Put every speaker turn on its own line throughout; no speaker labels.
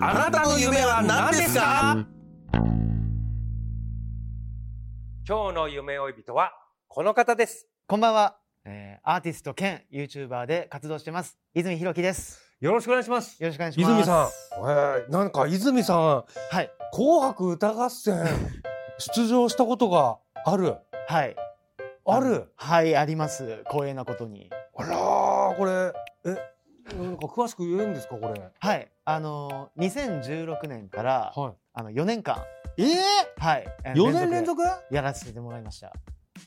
あなたの夢は何ですか
今日の夢追い人はこの方です。
こんばんは、えーアーティスト兼 YouTuber で活動してます泉弘樹です
よろしくお願いします。
よろしくお願いします
泉さん、えー、なんか泉さん、
はい
紅白歌合 戦出場したことがある。
はい
ある。
はいあります光栄なことに
あらー、これ、え、なんか詳しく言えるんですか、これ。
はいあのー、2016年から、
は
あの4年間
い。え
はい、えー
ー、四年連続。
でやらせてもらいました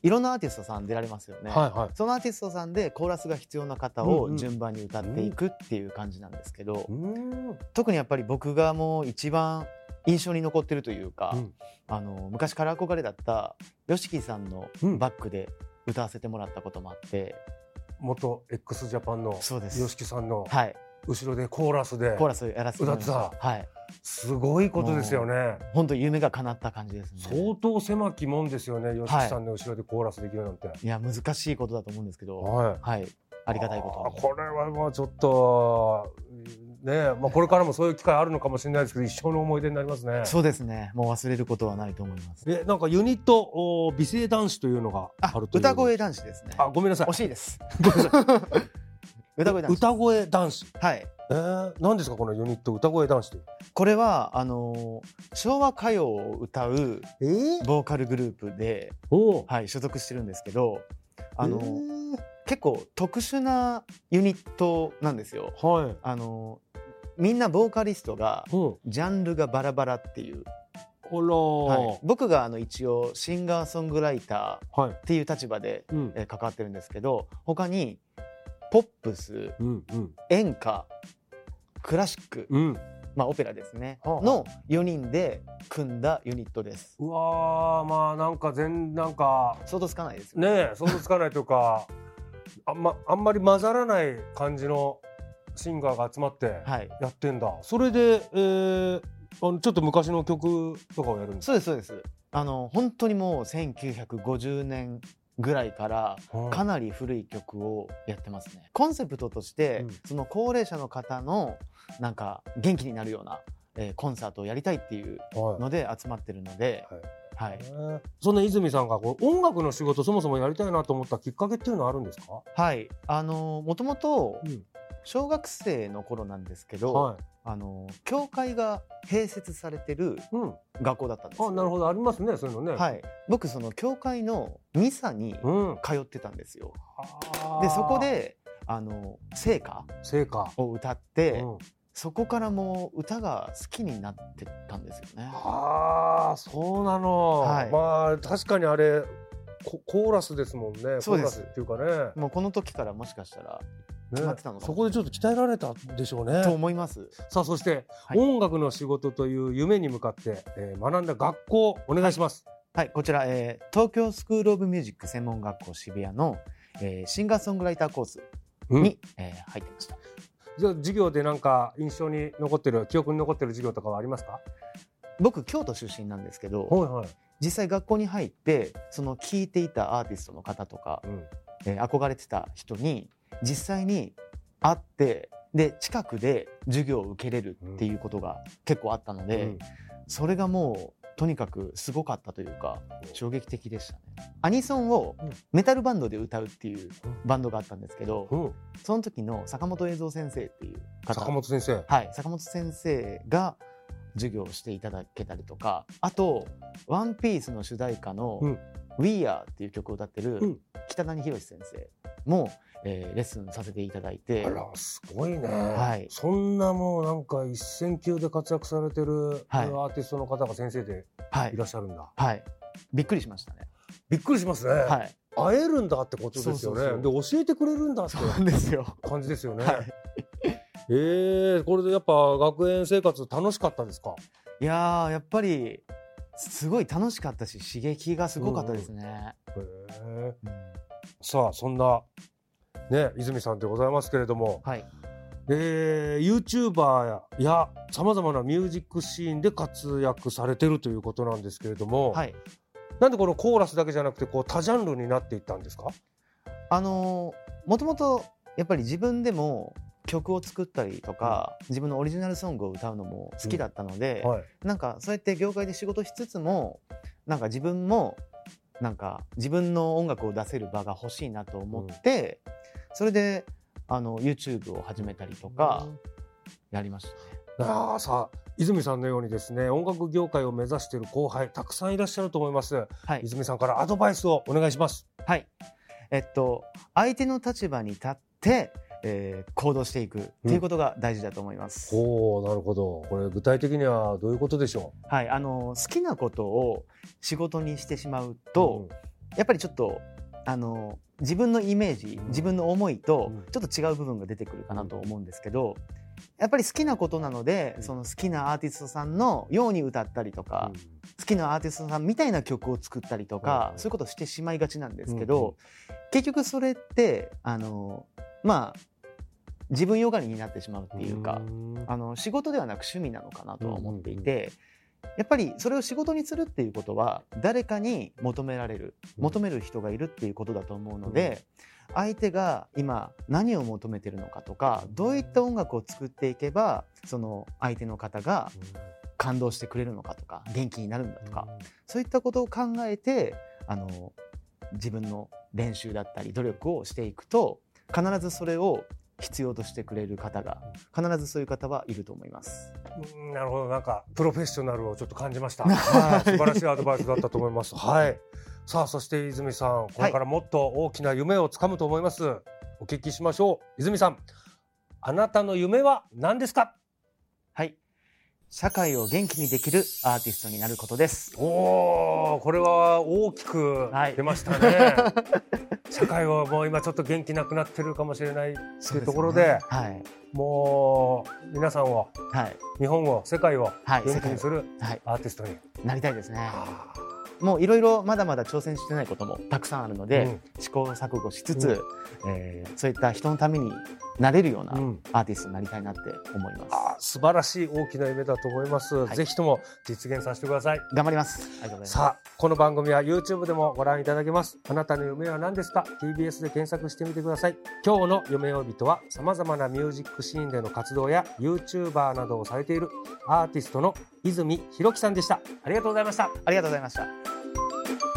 いろんなアーティストさん出られますよね、
はいはい。
そのアーティストさんでコーラスが必要な方
う
を
んうん
順番に歌っていくっていう感じなんですけど、
うん。
特にやっぱり僕がもう一番印象に残ってるというか、
うん
あの昔から憧れだった YOSHIKI さんの
うん
バックで歌わせてもらったこともあって、
元 X ジャパンの
そうです
吉木さんの
はい、
後ろでコーラスで
コーラスやらせてもらいました
歌って
はい、
すごいことですよね
本当夢が叶った感じですね
相当狭きもんですよね吉木さんの後ろでコーラスできるなんて、はい
いや難しいことだと思うんですけど、はい、あ
あ
りがたいこと
ー
に
これはまあちょっとねえ、まあ、これからもそういう機会あるのかもしれないですけど一生の思い出になりますね
そうですねもう忘れることはないと思います
えなんかユニットお美声男子というのが
あ
あるという
歌声男子ですね
あ ごめんなさい
惜しいです歌声男子
歌声男子
はい
えー、何ですかこのユニット歌声男子って
これはあのー昭和歌謡を歌う
えー、
ボーカルグループで、
おお
はい、所属してるんですけどあの、結構特殊なユニットなんですよ。
はい
あのみんなボーカリストが
うん
ジャンルがバラバラっていう、
あらー
はい、僕があの一応シンガーソングライター
はい。
っていう立場で、
うん。
えー関わってるんですけど他にポップス
うん。うん。
演歌クラシック、
うん。
まあ、オペラですね
はあはあ
の4人で組んだユニットです。
うわー、まあ、なんか全、なんか、
相当つかないですよ
ねえ、想像つかないという か。あんま、あんまり混ざらない感じのシンガーが集まって、
はい
やってんだ。それで、えー、あの、ちょっと昔の曲とかをやるんです
そうですそうですあの本当にもう1950年ぐらいから
か。はい
かなり古い曲をやってますねコンセプトとして、
うん
その高齢者の方のなんか元気になるような、えーコンサートをやりたいっていう
は
ので集まってるので、はいい
えーそんな泉さんがこう音楽の仕事そもそもやりたいなと思ったきっかけっていうのはあるんですか、
はいあのもともと
うん
小学生の頃なんですけど、
はい
あの教会が併設されてる
うん、
学校だったんですよ
あなるほどありますねそういうのね、
はい、僕その教会のミサに
うん、
通ってたんですよ。
あー
でそこであの聖歌
成果、
を歌って、
うん
そこからもう歌が好きになってったんですよね。
ああそうなの、
はい
まあ確かにあれココーラスですもんね
そうです
コーラスっていうかね
もうこの時からもしかしたら決ま
ね
ってたのかも
そこでちょっと鍛えられたでしょうね
と思います。
さあそして、
はい
音楽の仕事という夢に向かって、えー学んだ学校お願いします、
はいこちら、えー東京スクール・オブ・ミュージック専門学校渋谷の、えーシンガーソングライターコース
うん
に、えー入ってました。
じゃあ授業でなんか印象に残ってる記憶に残ってる授業とかはありますか
僕京都出身なんですけど
いはい、
実際学校に入ってその聴いていたアーティストの方とか
うん、
えー憧れてた人に実際に会ってで近くで授業を受けれるっていうことが結構あったので、
うん
それがもうとにかくすごかったというか衝撃的でしたねアニソンを
うん
メタルバンドで歌うっていう
うん
バンドがあったんですけど、
うん、
その時の坂本栄三先生っていう方
坂本先生
はい、坂本先生が授業をしていただけたりとかあと「ワンピースの主題歌の
うん
「We Are」っていう曲を歌って
う
る
ん
北谷宏先生も、えーレッスンさせていただいて
あらすごいね、
はい
そんなもうなんか一線級で活躍されてるア
はい
ーティストの方が先生で
はい
いらっしゃるんだ、
はい、びっくりしましたね。
びっくりしますね、
はい、
会えるんだってことですよね
そうそうそ
で教えてくれるんだって
そうなんで すよ。
感じですよね、
はい
えー、これでやっぱ学園生活楽しかったですか
いやーやっぱりすごい楽しかったし刺激がすごかったですね。
へー
うん
さあそんなね泉さんでございますけれども、
はい、
えー、YouTuber やさまざまなミュージックシーンで活躍されてるということなんですけれども、
はい、
なんでこのコーラスだけじゃなくてこう多ジャンルになっていったんですか、
あのーもともとやっぱり自分でも曲を作ったりとか、自分のオリジナルソングを歌うのも好きだったので、
はい、
なんかそうやって業界で仕事しつつもなんか自分もなんか自分の音楽を出せる場が欲しいなと思って、それであの YouTube を始めたりとかやりましたね。
ああさあ泉さんのようにですね音楽業界を目指している後輩たくさんいらっしゃると思います
はい、
泉さんからアドバイスをお願いします
はい。えっと、相手の立場に立って、えー行動していくっていうことが大事だと思います。
おおなるほどこれ具体的にはどういうことでしょ
はい。あの、好きなことを仕事にしてしまう
う
と、やっぱりちょっと、あの、自分のイメージ
う、ん
自分の思いと
うん、
ちょっと違う部分が出てくるかなと思うんですけど、やっぱり好きなことなので、
うん
その好きなアーティストさんのように歌ったりとか、好きなアーティストさんみたいな曲を作ったりとか、
うん
そういうことをしてしまいがちなんですけ
うん
ど、結局それってあのまあ自分よがりになってしまうっていうか、あの仕事ではなく趣味なのかなとは思っていて、やっぱりそれを仕事にするっていうことは誰かに求められる
うん
求める人がいるっていうことだと思うので、相手が今何を求めてるのかとかどういった音楽を作っていけばその相手の方が感動してくれるのかとか元気になるんだとか、そういったことを考えてあの自分の練習だったり努力をしていくと必ずそれを必要としてくれる方が必ずそういう方はいると思います。
うんなるほどなんかプロフェッショナルをちょっと感じま した、
は
はいい、素晴らしいアドバイスだったと思います はいさあそして泉さんこれからもっと大きな夢をつかむと思います、お聞きしましょう泉さんあなたの夢は何ですか
はい、社会を元気にできるアーティストになることです。
おお、これは大きく
はい
出ましたね。 社会はもう今ちょっと元気なくなってるかもしれない。
そう
ところで
はい
もう皆さんを
はい
日本を世界を
はい
元気にする
はい
アーティストに。
なりたいですね。
あ
もういろいろまだまだ挑戦してないこともたくさんあるので、
うん
試行錯誤しつつ、えーそういった人のためになれるような
ーうん
アーティストになりたいなって思います。
あー素晴らしい大きな夢だと思います、
い
ぜひとも実現させてください。
頑張ります。ありがとうございます。
さあ、この番組は YouTube でもご覧いただけます。あなたの夢は何ですか ?TBS で検索してみてください。今日の夢呼びとは、様々なミュージックシーンでの活動や YouTuber などをされているアーティストの泉博樹さんでした。ありがとうございました。
ありがとうございました。